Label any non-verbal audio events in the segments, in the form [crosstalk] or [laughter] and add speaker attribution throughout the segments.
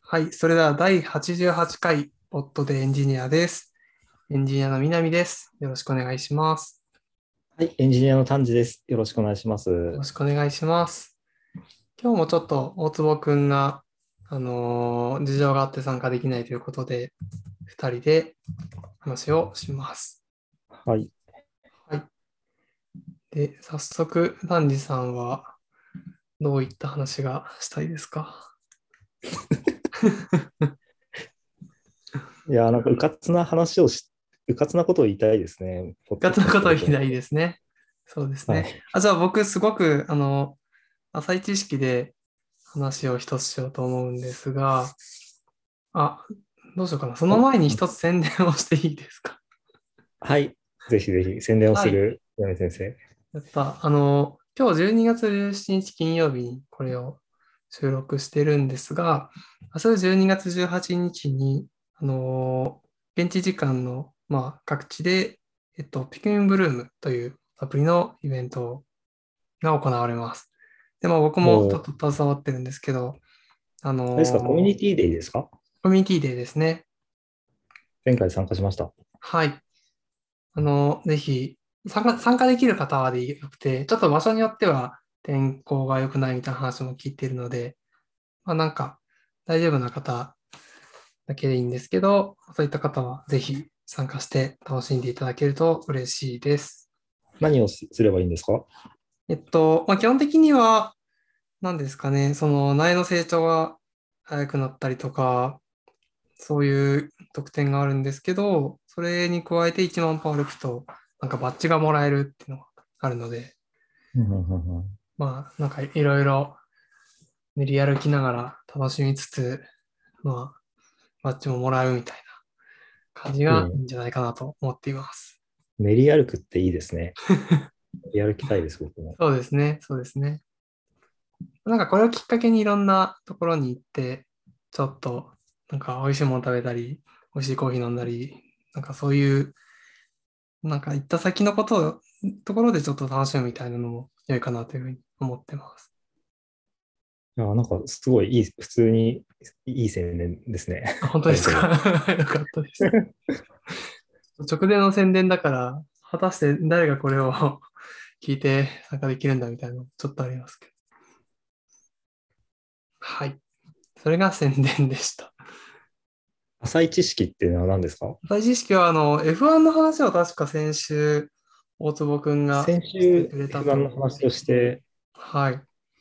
Speaker 1: はい、それでは第88回、ポットでエンジニアです。エンジニアの南です。よろしくお願いします。
Speaker 2: はい、エンジニアの丹治です。よろしくお願いします。
Speaker 1: よろしくお願いします。今日もちょっと大坪くんが、あのー事情があって参加できないということで、2人で話をします。
Speaker 2: はい、
Speaker 1: で、早速、丹治さんはどういった話がしたいですか
Speaker 2: いや、なんか、うかつな話をし、うかつなことを言いたいですね。う
Speaker 1: ガツなことは言いない
Speaker 2: い。
Speaker 1: ですね。そうですね。
Speaker 2: はい、
Speaker 1: あ、じゃあ僕すごく、あの、浅い知識で話を一つしようと思うんですが、あ、どうしようかな。その前に一つ宣伝をしていいですか。
Speaker 2: はい、ぜひぜひ宣伝をする、南先生。
Speaker 1: やっぱ、あの、今日12月17日金曜日にこれを収録してるんですが、明日12月18日に、あの、現地時間の、まあ、各地で、えっと、ピクミンブルームというアプリのイベントが行われます。で、まあ、僕も
Speaker 2: おう
Speaker 1: ちょっと携わってるんですけど、あ
Speaker 2: あ
Speaker 1: の
Speaker 2: れですか、コミュニティデイですか
Speaker 1: コミュニティデーですね。
Speaker 2: 前回参加しました。
Speaker 1: はい。あの、ぜひ、参加、参加できる方はでよくて、ちょっと場所によっては天候が良くないみたいな話も聞いているので、まあなんか大丈夫な方だけでいいんですけど、そういった方はぜひ参加して楽しんでいただけると嬉しいです。
Speaker 2: 何をすすればいいんですか
Speaker 1: えっと、まあ、基本的には、何ですかね、その苗の成長が早くなったりとか、そういう特典があるんですけど、それに加えて1万歩歩くと、なんかバッジがもらえるっていうのがあるので、
Speaker 2: うんうんうんうん
Speaker 1: まあ、なんかいろいろ練り歩きながら楽しみつつ、まあ、バッジももらうみたいな感じがいいんじゃないかなと思っています。
Speaker 2: 練り歩くっていいですね。練り歩きたいです、僕も。
Speaker 1: そうですね、そうですね。なんかこれをきっかけにいろんなところに行って、ちょっとなんか美味しいもの食べたり、美味しいコーヒー飲んだり、なんかそういう、なんか行った先のことを、ところでちょっと楽しむみたいなのも良いかなというふうに思ってます。
Speaker 2: いや、なんか、すごいいい、普通にいい宣伝ですね。
Speaker 1: あ本当ですかよかったです。直前の宣伝だから、果たして誰がこれを [laughs] 聞いて参加できるんだみたいなのちょっとありますけど。はい。それが宣伝でした。
Speaker 2: 浅い知識っていうのは何ですか
Speaker 1: 私意識はあの F1 の話を確か先週、大坪くんが
Speaker 2: 先
Speaker 1: して
Speaker 2: 週、
Speaker 1: くれた
Speaker 2: F1 の話をして、
Speaker 1: はい。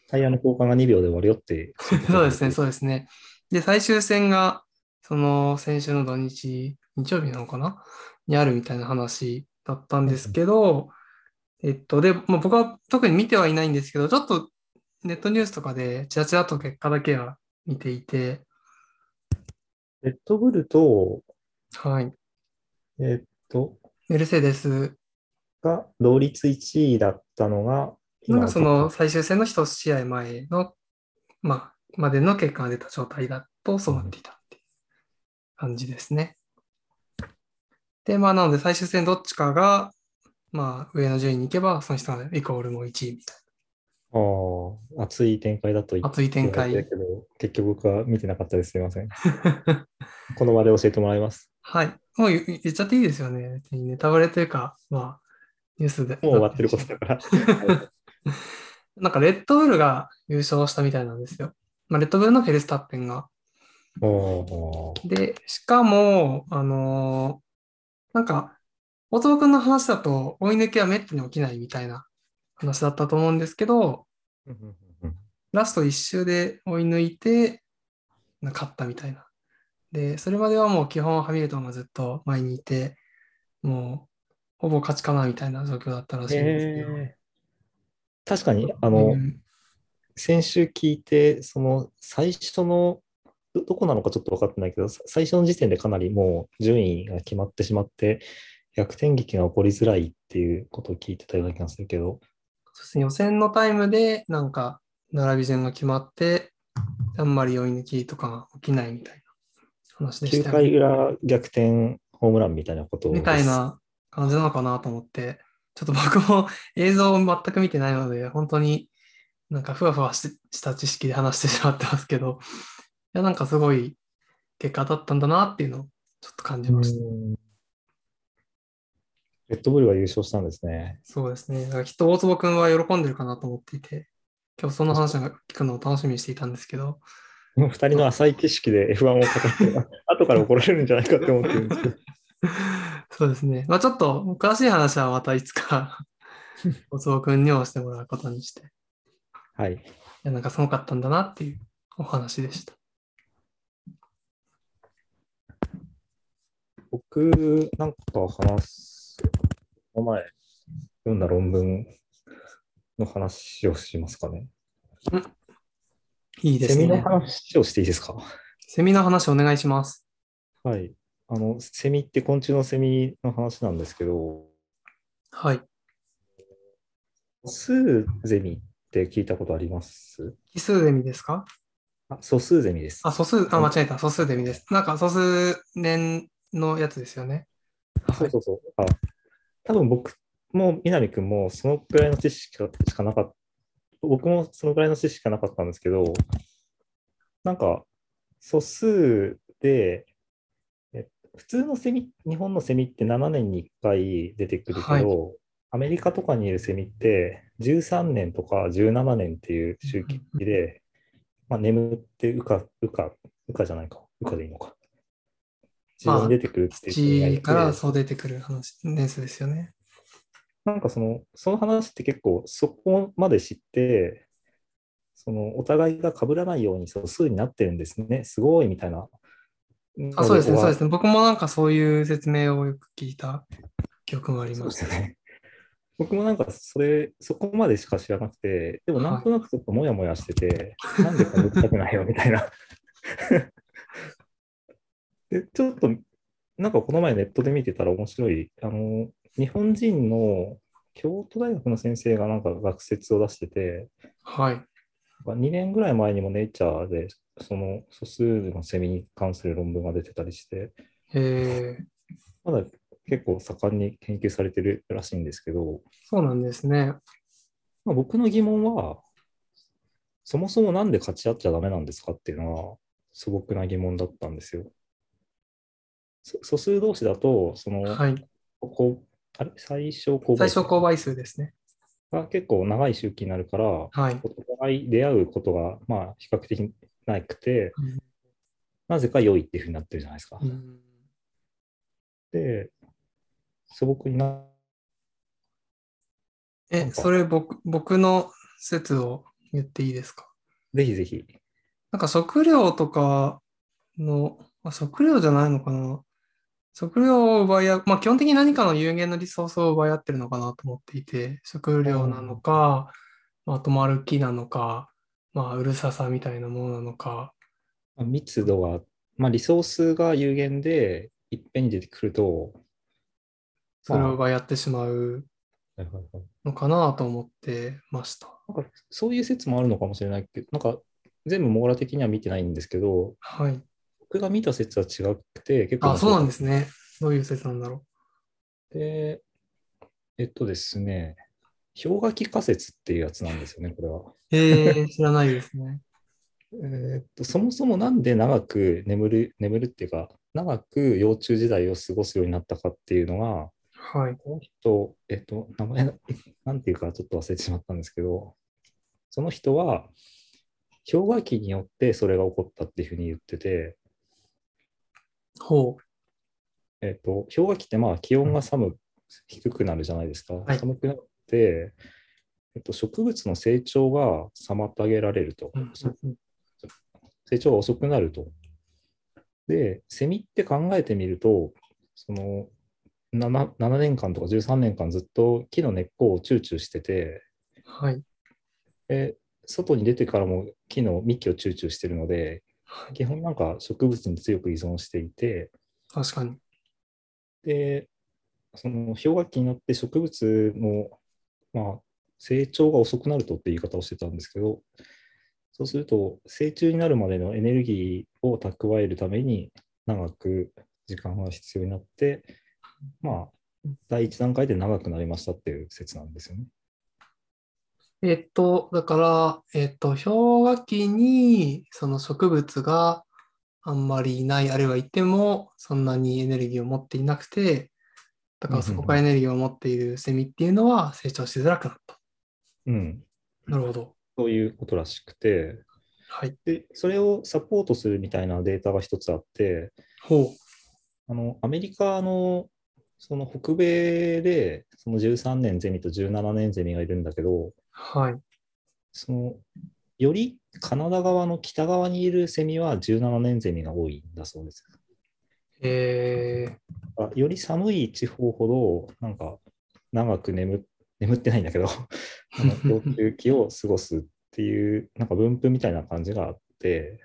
Speaker 2: タイヤの交換が2秒で終わるよって。
Speaker 1: そうですね、そうですね。で、最終戦が、その先週の土日、日曜日なのかなにあるみたいな話だったんですけど、えっと、で、まあ、僕は特に見てはいないんですけど、ちょっとネットニュースとかで、ちらちらと結果だけは見ていて、
Speaker 2: レッドブルと、
Speaker 1: はい。
Speaker 2: えーっと、
Speaker 1: メルセデス、
Speaker 2: が同率1位だったのが、
Speaker 1: な
Speaker 2: 今
Speaker 1: んかその、最終戦の一試合前の、まあ、までの結果が出た状態だと、そうなっていたっていう感じですね。で、まあ、なので最終戦どっちかが、まあ、上の順位に行けば、その人がイコールもう1位みたい
Speaker 2: ああ、熱い展開だと言
Speaker 1: な。
Speaker 2: って
Speaker 1: 熱い展
Speaker 2: たんだ
Speaker 1: 開。
Speaker 2: けど、結局僕は見てなかったです。すいません。この場で教えてもら
Speaker 1: [laughs]
Speaker 2: います。
Speaker 1: [laughs] はい。もう言言っちゃっていいですよね。別にネタバレというか、まあ、ニュースで。
Speaker 2: もう終わってること
Speaker 1: [laughs]
Speaker 2: だから。はい
Speaker 1: なんか、レッドブルが優勝したみたいなんですよ。まあ、レッドブルのフェルスタッペンが。
Speaker 2: おー
Speaker 1: で、しかも、あのーなんか、大坪くんの話だと、追い抜きはめったに起きないみたいな話だったと思うんですけど、ラスト1周で追い抜いて、勝ったみたいな。で、それまではもう基本ハミルトンがずっと前にいて、もう、ほぼ勝ちかなみたいな状況だったらしいんですけど。
Speaker 2: へー確かに、あ
Speaker 1: あ
Speaker 2: の、先週聞いて、その最初のど、どこなのかちょっと分かってないけど、さ最初の時点でかなりもう順位が決まってしまって、逆転劇が起こりづらいっていうことを聞いてたような気がするけど、
Speaker 1: そうですね、予選のタイムで、なんか、並び順が決まって、あんまり追い抜きとかが起きないみたいな話でし
Speaker 2: 9
Speaker 1: たよね
Speaker 2: 回裏逆転ホームランみたいなことを。
Speaker 1: みたい。な感じなのかなと思って、ちょっと僕も映像を全く見てないので、本当になんかふわふわしした知識で話してしまってますけど、いや、なんかすごい結果だったんだなっていうのをちょっと感じました。
Speaker 2: うんレッドブルが優勝したんですね。 [laughs]
Speaker 1: そうですね。だからきっと大坪くんは喜んでるかなと思っていて、今日その話を聞くのを楽しみにしていたんですけど、 [laughs]
Speaker 2: 二人の浅い景色で F1 を語って、後から怒られるんじゃないかって思ってるんですけど。
Speaker 1: そうですね。まあちょっと詳しい話はまたいつ
Speaker 2: [laughs]
Speaker 1: か大坪くんにもしてもらうことにして、い
Speaker 2: はい。
Speaker 1: やなんかすごかったんだなっていうお話でした。
Speaker 2: 僕、なんか話す、この前、読んだ論文の話をしますかね。
Speaker 1: いいです
Speaker 2: セミの
Speaker 1: ね。
Speaker 2: 話をしていいですか
Speaker 1: セミの話お願いします。
Speaker 2: はい。あの、セミって昆虫のセミの話なんですけど、
Speaker 1: はい。
Speaker 2: 素数ゼミって聞いたことあります
Speaker 1: 奇数ゼミですか
Speaker 2: あ素数ゼミです。
Speaker 1: あ、素数、あ、間違えた。素数ゼミです。なんか素数年のやつですよね。
Speaker 2: そうそうそう。あ多分僕も南君もそのくらいの知識しかなかった。僕もそのくらいの知識しかなかったんですけど、なんか素数で、え普通のセミ、日本のセミって7年に1回出てくるけど、
Speaker 1: はい
Speaker 2: アメリカとかにいるセミって13年とか17年っていう周期で、まあ、眠ってうか、うか、うかじゃないか、うかでいいのか。自
Speaker 1: まあ
Speaker 2: 分に出てくるっていうセミがい
Speaker 1: 土
Speaker 2: て
Speaker 1: からそう出てくる話、年数ですよね。
Speaker 2: なんかその、その話って結構そこまで知って、そのお互いが被らないように素数になってるんですね。すごいみたいな。
Speaker 1: あ、そうですね、
Speaker 2: の
Speaker 1: そ
Speaker 2: が
Speaker 1: うですね。僕もなんかそういう説明をよく聞いた記憶もあり
Speaker 2: そう
Speaker 1: ま。
Speaker 2: ですすね。僕もなんかそれ、そこまでしか知らなくて、でもなんとなくちょっともやもやしてて、なんでかぶったくないよみたいな。で、ちょっと、なんかこの前ネットで見てたら面白い、あの、日本人の京都大学の先生がなんか学説を出してて、
Speaker 1: はい。
Speaker 2: 2年ぐらい前にもネイチャーで、その素数のセミに関する論文が出てたりして、
Speaker 1: えー、
Speaker 2: まだ結構盛んに研究されてるらしいんですけど、
Speaker 1: そうなんですね。
Speaker 2: まあ、僕の疑問は、そもそもなんで勝ち合っちゃダメなんですかっていうのは素朴な疑問だったんですよ。そ素数同士だと、その、
Speaker 1: はい。
Speaker 2: こうあれ最小公
Speaker 1: 最
Speaker 2: 倍
Speaker 1: 小
Speaker 2: 数
Speaker 1: 公倍数ですね。
Speaker 2: が結構長い周期になるから、
Speaker 1: はい。
Speaker 2: お互い出会うことがまあ比較的なくて、
Speaker 1: うん
Speaker 2: なぜか良いっていうふうになってるじゃないですか。
Speaker 1: うん
Speaker 2: で、素朴になな
Speaker 1: え、
Speaker 2: んか
Speaker 1: それ僕、僕の説を言っていいですか
Speaker 2: ぜひぜひ。
Speaker 1: なんか食料とかの、あ食料じゃないのかな食料を奪い合う、まあ基本的に何かの有限のリソースを奪い合ってるのかなと思っていて、食料なのか、まあ、あと丸木なのか、まあうるささみたいなものなのか、
Speaker 2: まあ密度が、まあ、リソースが有限で、いっぺんに出てくると、
Speaker 1: それを奪い合ってしまうのかなと思ってました。
Speaker 2: なんかそういう説もあるのかもしれないけど、なんか全部網羅的には見てないんですけど、
Speaker 1: はい。
Speaker 2: 僕が見た説は違くて、結構
Speaker 1: あ、そうなんですね。どういう説なんだろ
Speaker 2: で、えっとですね、氷河期仮説っていうやつなんですよね、これは。
Speaker 1: う。えー、 [laughs] 知らないですね。
Speaker 2: えーっとそもそもなんで長く眠る眠るっていうか長く幼虫時代を過ごすようになったかっていうのが
Speaker 1: はい。
Speaker 2: この人、えっと、名前、なんていうかちょっと忘れてしまったんですけど、その人は、氷河期によってそれが起こったっていうふうに言ってて、
Speaker 1: ほう。
Speaker 2: えっと、氷河期ってまあ気温が寒く、低くなるじゃないですか。
Speaker 1: はい
Speaker 2: 寒くなって、えっと、植物の成長が妨げられると。
Speaker 1: うんうんうん
Speaker 2: 成長が遅くなると。で、セミって考えてみると、その 7, 7年間とか13年間ずっと木の根っこをチューチューしてて、
Speaker 1: はい。
Speaker 2: で外に出てからも木の幹をチューチューしてるので、
Speaker 1: はい
Speaker 2: 基本なんか植物に強く依存していて、
Speaker 1: 確かに。
Speaker 2: で、その氷河期になって植物の、まあ、成長が遅くなるとって言い方をしてたんですけど、そうすると、成虫になるまでのエネルギーを蓄えるために長く時間が必要になって、まあ、第一段階で長くなりましたっていう説なんですよね。
Speaker 1: えっと、だから、えっと、氷河期にその植物があんまりいない、あるいはいても、そんなにエネルギーを持っていなくて、だからそこからエネルギーを持っているセミっていうのは成長しづらくなった。
Speaker 2: うん。
Speaker 1: なるほど。
Speaker 2: そういうことらしくて、
Speaker 1: はい。
Speaker 2: で、それをサポートするみたいなデータが一つあって、
Speaker 1: ほ
Speaker 2: あのアメリカのその北米でその13年ゼミと17年ゼミがいるんだけど、
Speaker 1: う。はい。
Speaker 2: そのよりカナダ側の北側にいるセミは17年ゼミが多いんだそうです。
Speaker 1: えー、
Speaker 2: あより寒い地方ほど、なんか長く眠眠ってないんだ
Speaker 1: [laughs]
Speaker 2: けど、あの供給期を過ごすっていう、なんか分布みたいな感じがあって、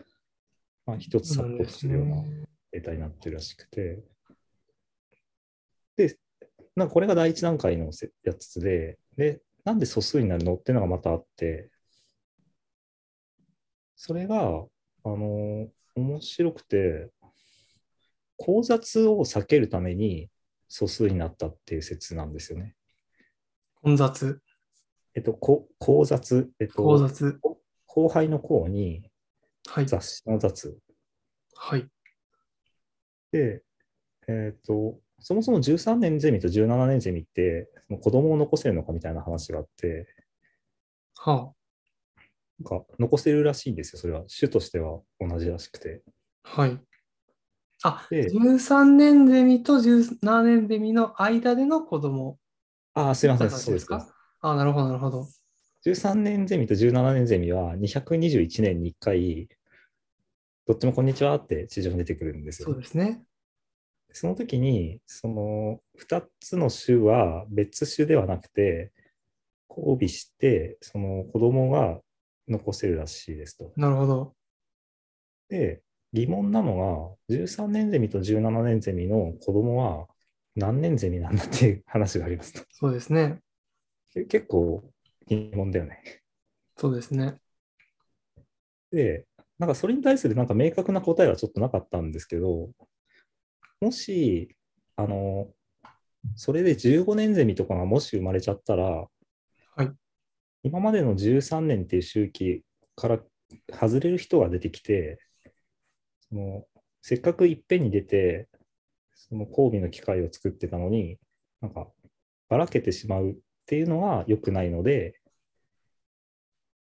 Speaker 2: まあ、一つ
Speaker 1: そ
Speaker 2: サ
Speaker 1: うなんで
Speaker 2: ポート
Speaker 1: す
Speaker 2: するような
Speaker 1: ね。
Speaker 2: データになってるらしくて。で、なんかこれが第一段階のせやつで、で、なんで素数になるのっていうのがまたあって、それが、あの、面白くて、交雑を避けるために素数になったっていう説なんですよね。
Speaker 1: 混雑、
Speaker 2: えっと、こ交雑、えっと、
Speaker 1: 交雑。
Speaker 2: 後輩の項に
Speaker 1: はい。
Speaker 2: 雑誌の雑
Speaker 1: はい。
Speaker 2: で、えっ、と、そもそも13年ゼミと17年ゼミって、その子供を残せるのかみたいな話があって、
Speaker 1: は
Speaker 2: なんか残せるらしいんですよ、それは。種としては同じらしくて。
Speaker 1: あ。はい。あ、
Speaker 2: で
Speaker 1: 13年ゼミと17年ゼミの間での子供。
Speaker 2: ああ、すいません、
Speaker 1: 形
Speaker 2: そうです
Speaker 1: か。あ、なるほど、なるほど。
Speaker 2: 13年ゼミと17年ゼミは221年に1回、どっちもこんにちはって地上に出てくるんですよ。
Speaker 1: そうですね。
Speaker 2: その時に、その2つの種は別種ではなくて、交尾して、その子供が残せるらしいですと。
Speaker 1: なるほど。
Speaker 2: で、疑問なのが、13年ゼミと17年ゼミの子供は何年ゼミなんだっていう話がありますと。
Speaker 1: そうですね。
Speaker 2: け結構疑問だよね。
Speaker 1: そうですね。
Speaker 2: で、なんかそれに対するなんか明確な答えはちょっとなかったんですけど、もし、あの、それで15年ゼミとかがもし生まれちゃったら、
Speaker 1: い
Speaker 2: 今までの13年っていう周期から外れる人が出てきて、そのせっかくいっぺんに出て、その交尾の機会を作ってたのに、なんかばらけてしまうっていうのは良くないので、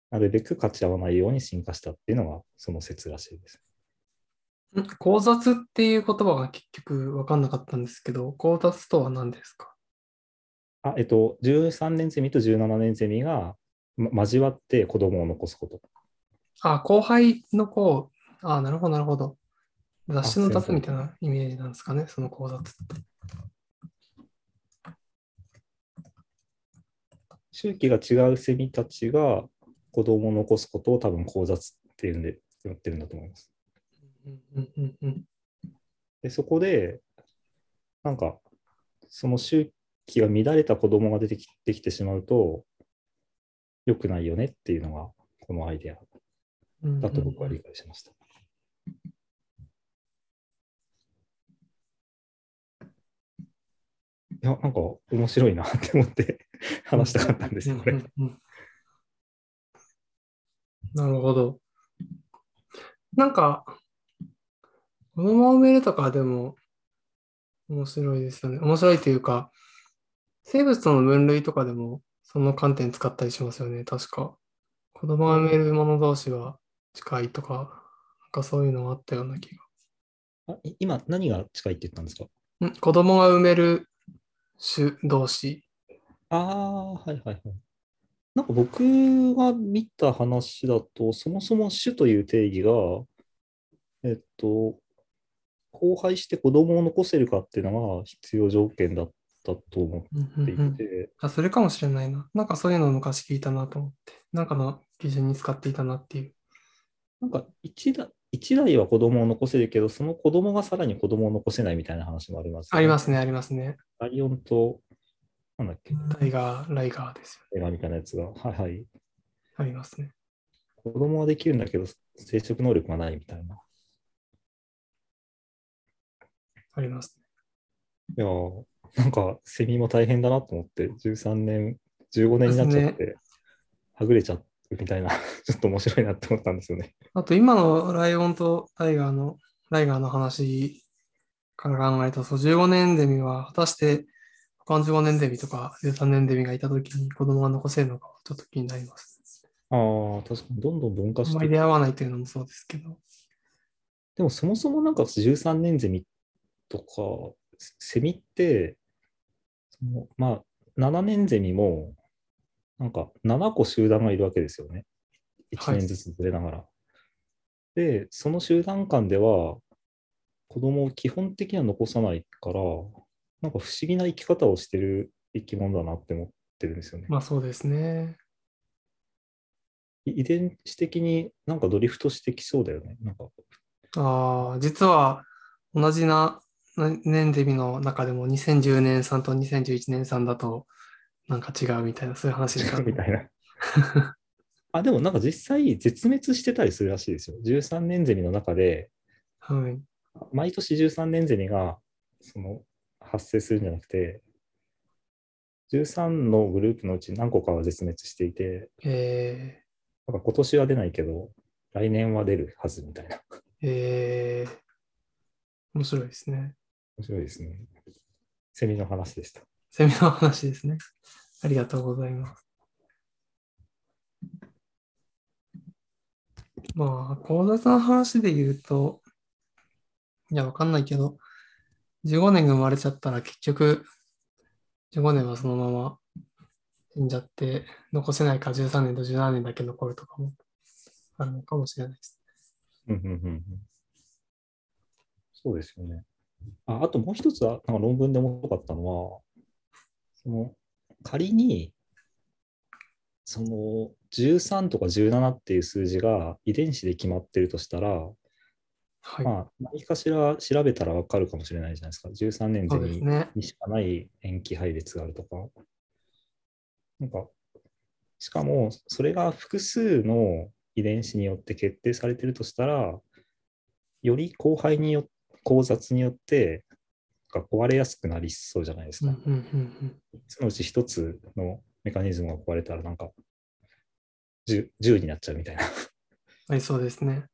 Speaker 2: なるべく勝ち合わないように進化したっていうのがその説らしいです。
Speaker 1: ん交雑っていう言葉が結局分かんなかったんですけど、交雑とは何ですか
Speaker 2: あ、えっと、13年ゼミと17年ゼミが、ま、交わって子供を残すこと。
Speaker 1: あ、後輩の子。あ、なるほど、なるほど。雑誌の
Speaker 2: あすいま
Speaker 1: 雑
Speaker 2: せん
Speaker 1: みたいなイメージなんですかね、その交雑って。
Speaker 2: 周期が違うセミたちが子供を残すことを多分交雑っていうんで、やってるんだと思います。
Speaker 1: うんうんうんうん
Speaker 2: で、そこで、なんか、その周期が乱れた子供が出てきできてしまうと、良くないよねっていうのが、このアイデア
Speaker 1: うんうん
Speaker 2: だと僕は理解しました。いや、なんか面白いなって思って話したかったんですよ、これ。
Speaker 1: うんうんうんなるほど。なんか、子供を埋めるとかでも面白いですよね。面白いというか、生物との分類とかでもその観点使ったりしますよね、確か。子供を埋める者同士は近いとか、なんかそういうのがあったような気が。
Speaker 2: あい今、何が近いって言ったんですか
Speaker 1: うん子供が埋める種同士。
Speaker 2: ああ、はいはいはい。なんか僕が見た話だと、そもそも種という定義が、えっと、交配して子供を残せるかっていうのが必要条件だったと思
Speaker 1: うんうん
Speaker 2: って
Speaker 1: う
Speaker 2: い
Speaker 1: ん
Speaker 2: て、
Speaker 1: あ、それかもしれないな。なんかそういうのを昔聞いたなと思って、なんかの基準に使っていたなっていう。
Speaker 2: なんか一台、一台は子供を残せるけど、その子供がさらに子供を残せないみたいな話もあります、。
Speaker 1: ありますすね、ありますね。
Speaker 2: ライオンと、なんだっけ、
Speaker 1: タイガー、ライガーです
Speaker 2: 映画みたいなやつが、はいはい。
Speaker 1: よね。ありますね。
Speaker 2: 子供はできるんだけど、生殖能力がないみたいな。
Speaker 1: ありますね。
Speaker 2: いやーなんか、セミも大変だなと思って、13年、15年になっちゃって、はぐれちゃ [laughs] うみたいな、ちょっと面白いなって思ったんですよね。
Speaker 1: あと今のライオンとタイガーのライガーの話から考えると、そう15年ゼミは果たして他の15年ゼミとか13年ゼミがいたときに子供が残せるのかはちょっと気になります。
Speaker 2: ああ、確かにどんどん分化
Speaker 1: あん
Speaker 2: し
Speaker 1: ま
Speaker 2: て
Speaker 1: り
Speaker 2: いく
Speaker 1: 出会わないというのもそうですけど。
Speaker 2: でもそもそもなんか13年ゼミとか、セセミって、そのまあ、7年ゼミも、なんか7個集団がいるわけですよね。
Speaker 1: はい
Speaker 2: 1年ずつずれながら。で、その集団間では、子供を基本的には残さないから、なんか不思議な生き方をしてる生き物だなって思ってるんですよね。
Speaker 1: まあそうですね。
Speaker 2: い遺伝子的になんかドリフトしてきそうだよね。なんか
Speaker 1: ああ、実は同じなな年ゼミの中でも2010年産と2011年産だとなんか違うみたいな、そういう話ですか
Speaker 2: みたいな。あでもなんか実際絶滅してたりするらしいですよ。13年ゼミの中で、
Speaker 1: はい。
Speaker 2: 毎年13年ゼミがその発生するんじゃなくて、13のグループのうち何個かは絶滅していて、
Speaker 1: え
Speaker 2: なんか今年は出ないけど、来年は出るはずみたいな。
Speaker 1: ー、えー、面白いですね。
Speaker 2: 面白いですね。セミの話でした。
Speaker 1: セミの話ですね。ありがとうございます。まあ、講座の話で言うと、いや、わかんないけど、15年が生まれちゃったら結局、15年はそのまま死んじゃって、残せないから13年と17年だけ残るとかもあるのかもしれないです。
Speaker 2: うんうんうんうんそうですよね。ああともう一つはなんか論文で面白かったのは、その仮にその13とか17っていう数字が遺伝子で決まってるとしたら、
Speaker 1: はい。
Speaker 2: まあ、何かしら調べたら分かるかもしれないじゃないですか。13年
Speaker 1: そ
Speaker 2: 前
Speaker 1: うです
Speaker 2: に
Speaker 1: ね。
Speaker 2: にしかない塩基配列があるとか。なんか、しかも、それが複数の遺伝子によって決定されてるとしたら、より後輩によ交雑によって、なんか壊れやすくなりそうじゃないです
Speaker 1: うんう
Speaker 2: か。
Speaker 1: んうん
Speaker 2: そのうち一つのメカニズムが壊れたら、なんか10、10になっちゃうみたいな。
Speaker 1: うん。はい、そうですね。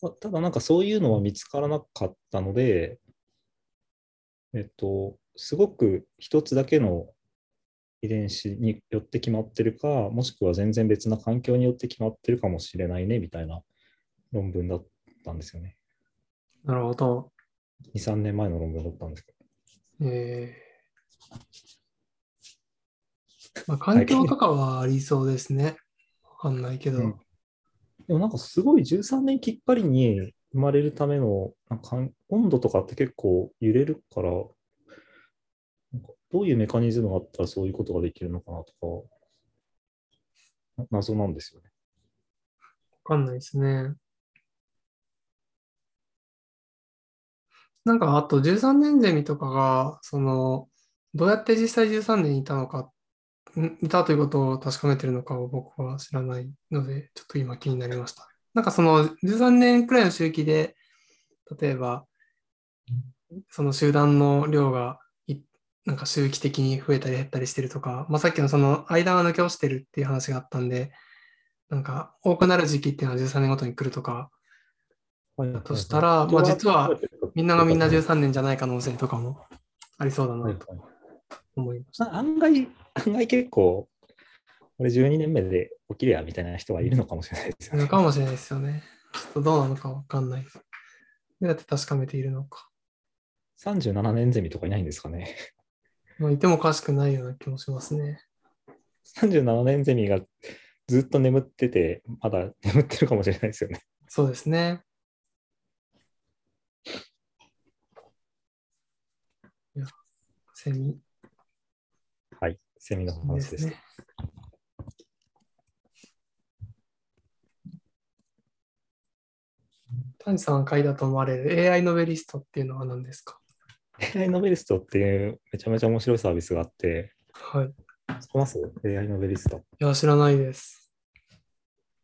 Speaker 2: まあただなんかそういうのは見つからなかったので、えっと、すごく一つだけの遺伝子によって決まってるか、もしくは全然別な環境によって決まってるかもしれないねみたいな論文だったんですよね。
Speaker 1: なるほど。
Speaker 2: 2、3年前の論文だったんですけど。
Speaker 1: えーまあ、環境とかはありそうですね。わかんないけど。
Speaker 2: うんでもなんかすごい13年きっかりに生まれるためのなんか温度とかって結構揺れるから、なんかどういうメカニズムがあったらそういうことができるのかなとか、な謎なんですよね。
Speaker 1: わかんないですね。なんか、あと13年ゼミとかが、その、どうやって実際13年いたのか、んいたということを確かめてるのかを僕は知らないので、ちょっと今気になりました。なんかその13年くらいの周期で、例えば、その集団の量がい、なんか周期的に増えたり減ったりしてるとか、まあ、さっきのその間が抜け落ちてるっていう話があったんで、なんか多くなる時期っていうのは13年ごとに来るとか、だとしたら、まあ実はみんながみんな13年じゃない可能性とかもありそうだ
Speaker 2: はい
Speaker 1: な
Speaker 2: は
Speaker 1: と思いまし
Speaker 2: い案外、案外結構、俺12年目で起きりゃみたいな人はいるのかもしれないです
Speaker 1: た。
Speaker 2: よね。
Speaker 1: かもしれないですよね。ちょっとどうなのかわかんないです。どうやって確かめているのか。
Speaker 2: 37年ゼミとかいないんですかね。
Speaker 1: まあ、いてもおかしくないような気もしますね。
Speaker 2: 37年ゼミがずっと眠ってて、まだ眠ってるかもしれないですよね。 [laughs]
Speaker 1: そうですね。いや、セミ
Speaker 2: はい、セミの
Speaker 1: で
Speaker 2: 話
Speaker 1: す
Speaker 2: でした。
Speaker 1: ね。谷さん回だと思われる AI ノベリストっていうのは何ですか
Speaker 2: AI ノベリストっていうめちゃめちゃ面白いサービスがあって、
Speaker 1: はい。い
Speaker 2: 知ってます ?AI ノベリスト。
Speaker 1: や、知らないです。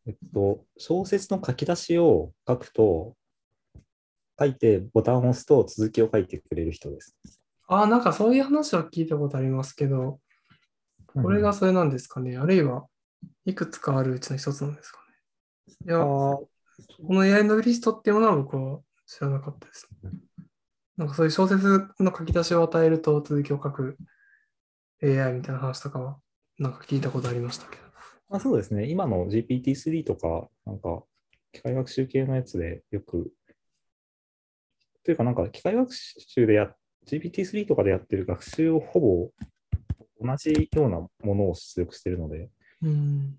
Speaker 2: えっと、小説の書き出しを書くと、書いてボタンを押すと続きを書いてくれる人です。
Speaker 1: ああ、なんかそういう話は聞いたことありますけど、これがそれなんですかね。あるいは、いくつかあるうちの一つなんですかね。いや、
Speaker 2: うん、
Speaker 1: この AI ノベリストっていうものは僕は知らなかったですね。なんかそういう小説の書き出しを与えると続きを書く AI みたいな話とかは、なんか聞いたことありましたけど。
Speaker 2: あそうですね。今の GPT-3 とか、なんか、機械学習系のやつでよく、というかなんか、機械学習でや、GPT-3 とかでやってる学習をほぼ同じようなものを出力してるので、
Speaker 1: うん。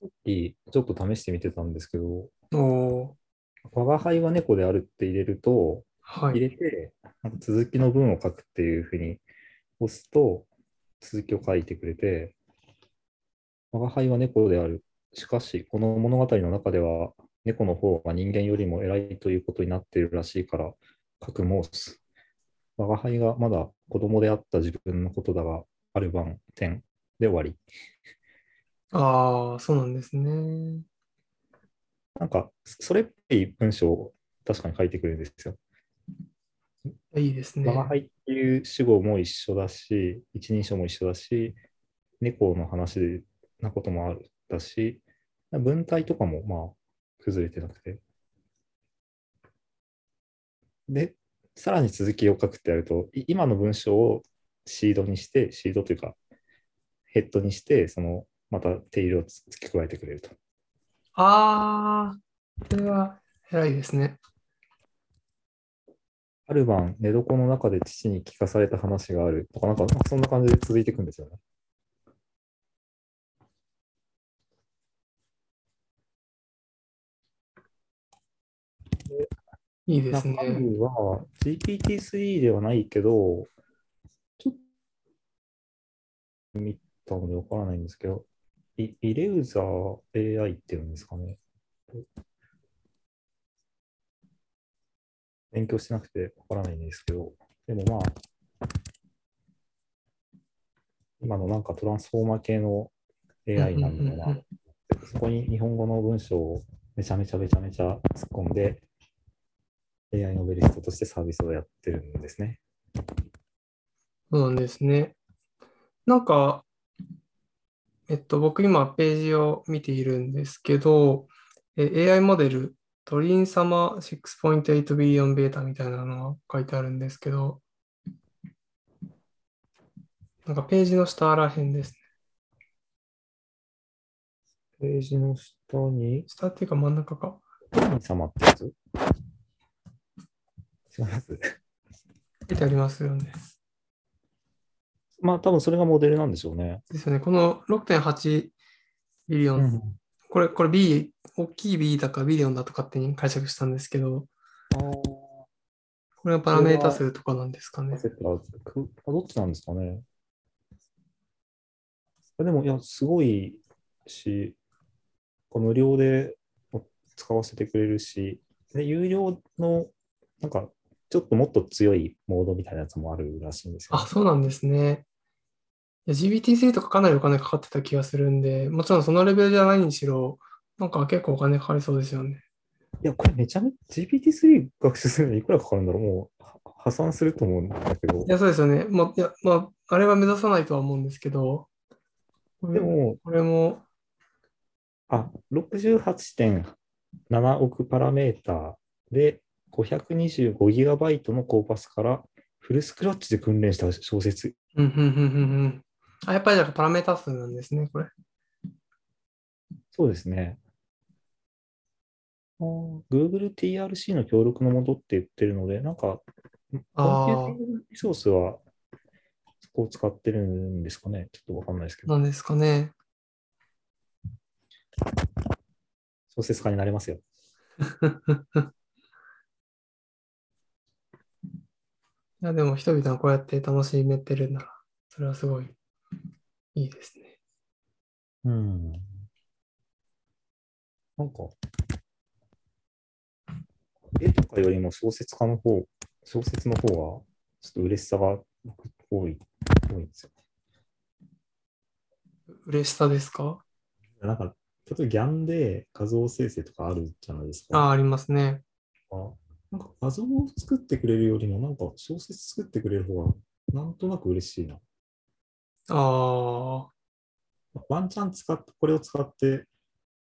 Speaker 2: さっきちょっと試してみてたんですけど、
Speaker 1: おー
Speaker 2: 我が輩は猫であるって入れると、
Speaker 1: は
Speaker 2: 入
Speaker 1: い。
Speaker 2: れて、なんか続きの文を書くっていうふうに押すと、続きを書いてくれて、我が輩は猫である。しかし、この物語の中では、猫の方が人間よりも偉いということになっているらしいから、書く申す。我が輩がまだ子供であった自分のことだが、ある晩、点で終わり。
Speaker 1: ああ、そうなんですね。
Speaker 2: なんか、それっぽい文章を確かに書いてくれるんですよ。
Speaker 1: いいですね
Speaker 2: 我。が輩っていう主語も一緒だし、一人称も一緒だし、猫の話なこともあるだし、文体とかもまあ崩れてなくて。で、さらに続きを書くってやると、い今の文章をシードにして、シードというか、ヘッドにして、そのまた手入れをつ付け加えてくれると。
Speaker 1: ああ、これは偉いですね。
Speaker 2: ある晩、寝床の中で父に聞かされた話があるとか、なんか、なんかそんな感じで続いていくんですよね。
Speaker 1: いいですね。
Speaker 2: 中身は GPT-3 ではないけど、ちょっと見たのでわからないんですけど、イイレウザー AI っていうんですかね。勉強してなくてわからないんですけど、でもまあ、今のなんかトランスフォーマー系の AI なん
Speaker 1: うんう
Speaker 2: だろう
Speaker 1: んうん
Speaker 2: な。そこに日本語の文章をめちゃめちゃめちゃめちゃ突っ込んで、AI ノベリストとしてサービスをやってるんですね。
Speaker 1: そうなんですね。なんか、えっと、僕今ページを見ているんですけど、え AI モデル、トリン様 6.8B4 ベータみたいなのが書いてあるんですけど、なんかページの下らへんですね。
Speaker 2: ページの下に、
Speaker 1: 下っていうか真ん中か。
Speaker 2: 神様ってやつ違います。 [laughs]
Speaker 1: 書いてありますよね。
Speaker 2: まあ、多分それがモデルなんでしょうね。
Speaker 1: ですよね。この6.8ビリオン、
Speaker 2: ん、
Speaker 1: これ、これ B、大きい B だかビリオンだと勝手に解釈したんですけど、これはパラメータ数とかなんですかね。
Speaker 2: 焦ったらくあどっちなんですかね。でも、いや、すごいし、無料で使わせてくれるし、で有料の、なんか、ちょっともっと強いモードみたいなやつもあるらしいんですよ、
Speaker 1: あ、そうなんですね。いや GBT3 とかかなりお金かかってた気がするんで、もちろんそのレベルじゃないにしろ、なんか結構お金かかりそうですよね。
Speaker 2: いや、これめちゃめちゃ GPT-3 学習するのにいくらかかるんだろうもうは破産すると思うんだけ
Speaker 1: い。
Speaker 2: ど
Speaker 1: や、そうですよね。まあ、いや、まあ、あれは目指さないとは思うんですけど、これ
Speaker 2: でも、
Speaker 1: これも、
Speaker 2: あ、68.7億パラメーターで 525GB のコーパスからフルスクラッチで訓練した小説。
Speaker 1: うん、うん、うん、うん、うん。あ、やっぱりだからパラメータ数なんですね、これ。
Speaker 2: そうですね。あー Google TRC の協力のもとって言ってるので、なんか、コ
Speaker 1: あ
Speaker 2: ンピュー
Speaker 1: あ
Speaker 2: ティン、グリソースはそこを使ってるんですかねちょっとわかんないですけど、
Speaker 1: なんですかね。
Speaker 2: 小説家になれますよ。
Speaker 1: [laughs] いや、でも人々はこうやって楽しめてるなら、それはすごいいいですね。
Speaker 2: うん。なんか、絵とかよりも小説家の方、小説の方が、ちょっと嬉しさが僕多い、多いんですよ。
Speaker 1: 嬉しさですか
Speaker 2: なんか、例えばギャンで画像生成とかあるじゃないです
Speaker 1: ああ、
Speaker 2: か。
Speaker 1: ありますね。
Speaker 2: なんか画像を作ってくれるよりも、なんか小説作ってくれる方が、なんとなく嬉しいな。
Speaker 1: ああ、
Speaker 2: ワンチャン使って、これを使って、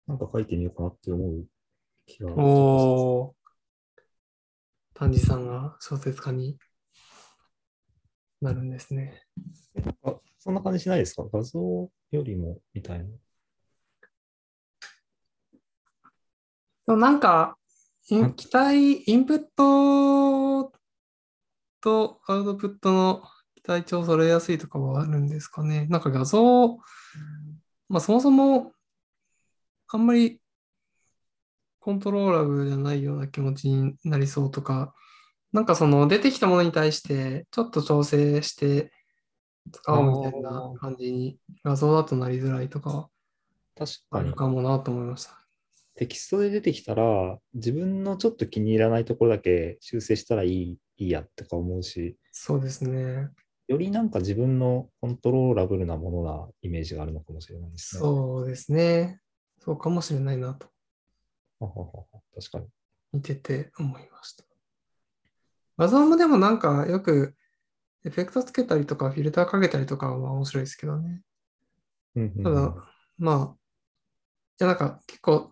Speaker 2: なんか書いてみようかなって思う気が
Speaker 1: おお丹治さんが小説家になるんですね。
Speaker 2: えなんかそんな感じしないですか画像よりもみたいな。
Speaker 1: でもなんか、い
Speaker 2: うん
Speaker 1: 期待、インプットとアウトプットの期待値を揃えやすいとかはあるんですかね。なんか画像、まあそもそも、あんまりコントローラブじゃないような気持ちになりそうとか、なんかその出てきたものに対してちょっと調整して使おうみたいな感じに画像だとなりづらいとか
Speaker 2: 確
Speaker 1: あ
Speaker 2: かに
Speaker 1: る。かもなと思いました。
Speaker 2: テキストで出てきたら、自分のちょっと気に入らないところだけ修正したらいいいいやとか思うし、
Speaker 1: そうですね。
Speaker 2: よりなんか自分のコントローラブルなものなイメージがあるのかもしれないですね。
Speaker 1: そうですね。そうかもしれないなと
Speaker 2: はははは確かに。
Speaker 1: 見てて思いました。画像もでもなんかよくエフェクトつけたりとかフィルターかけたりとかは面白いですけどね。
Speaker 2: うんうん
Speaker 1: た
Speaker 2: うん
Speaker 1: だ、まあ、いやなんか結構、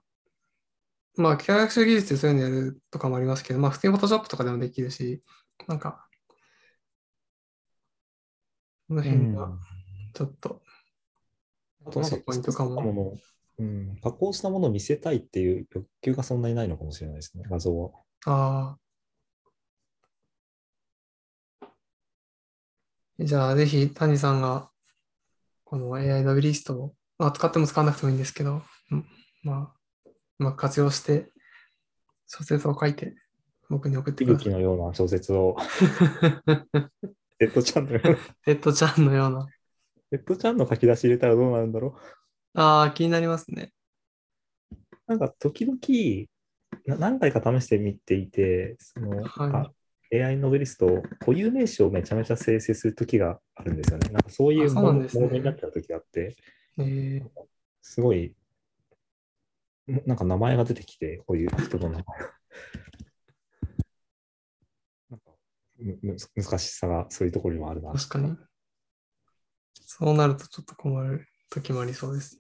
Speaker 1: まあ、機械学習技術でそういうのやるとかもありますけど、まあ、普通に Photoshop とかでもできるし、なんか、この辺
Speaker 2: う
Speaker 1: が
Speaker 2: ん
Speaker 1: ちょっと、
Speaker 2: あとなんか
Speaker 1: ポイントかも
Speaker 2: 作ったものうん、加工したものを見せたいっていう欲求がそんなにないのかもしれないですね、画像は。
Speaker 1: ああ。じゃあ、ぜひ、谷さんが、この AI ダビリストを、まあ、使っても使わなくてもいいんですけど、うんまあ、うまく活用して、小説を書いて、僕に送って
Speaker 2: 手
Speaker 1: くださ
Speaker 2: 口
Speaker 1: い。
Speaker 2: のような小説を、 [laughs] ペットちゃんのような、
Speaker 1: [laughs] ペットちゃんのような。
Speaker 2: ペットちゃんの書き出し入れたらどうなるんだろ
Speaker 1: ああ、気になりますね。
Speaker 2: う。なんか時々、な何回か試してみていて、その、
Speaker 1: は
Speaker 2: あ AI ノベリスト、固有名詞をめちゃめちゃ生成する時があるんですよね。なんかそういう
Speaker 1: あそうな
Speaker 2: も
Speaker 1: ん
Speaker 2: の
Speaker 1: ですね
Speaker 2: モードになってた時があって、
Speaker 1: えー
Speaker 2: すごい、もなんか名前が出てきて、こういう人の名前が。なんかむむ難しさがそういうところにもあるな。
Speaker 1: 確かに。そうなるとちょっと困る時もありそうです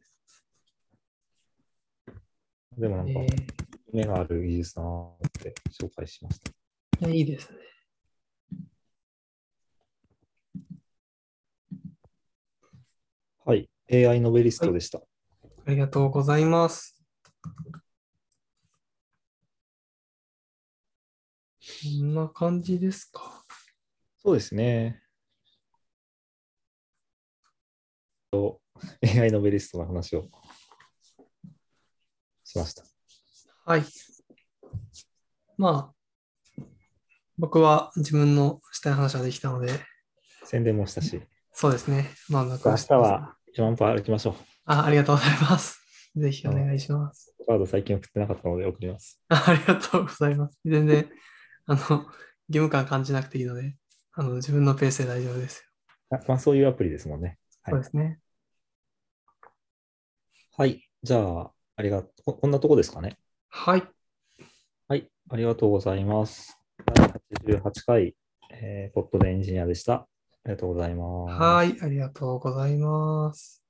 Speaker 2: でもなんか
Speaker 1: ね。、えー
Speaker 2: 目がある技術だなーって紹介しました。
Speaker 1: いや、いいですね。
Speaker 2: はい。AI ノベリストでした。
Speaker 1: ありがとうございます。こんな感じですか。
Speaker 2: そうですね。と AI ノベリストの話をしました。
Speaker 1: はい。まあ、僕は自分のしたい話はできたので、
Speaker 2: 宣伝もしたし、
Speaker 1: そうですね。まあ、明
Speaker 2: 明日は1万歩歩きましょ
Speaker 1: あ。ありがとうございます。 [laughs] ぜひお願いします。
Speaker 2: う。カード最近送ってなかったので送ります。
Speaker 1: [laughs] あありがとうございます。全然、あの、義務感感じなくていいので、あの、自分のペースで大丈夫ですよ。
Speaker 2: あまあ、そういうアプリですもんね。はい
Speaker 1: そうですね。
Speaker 2: はい。じゃあ、ありがとう。ここんなとこですかね。
Speaker 1: はい。
Speaker 2: はい。ありがとうございます。第88回、えー、ポッドでエンジニアでした。ありがとうございます。
Speaker 1: はい。ありがとうございます。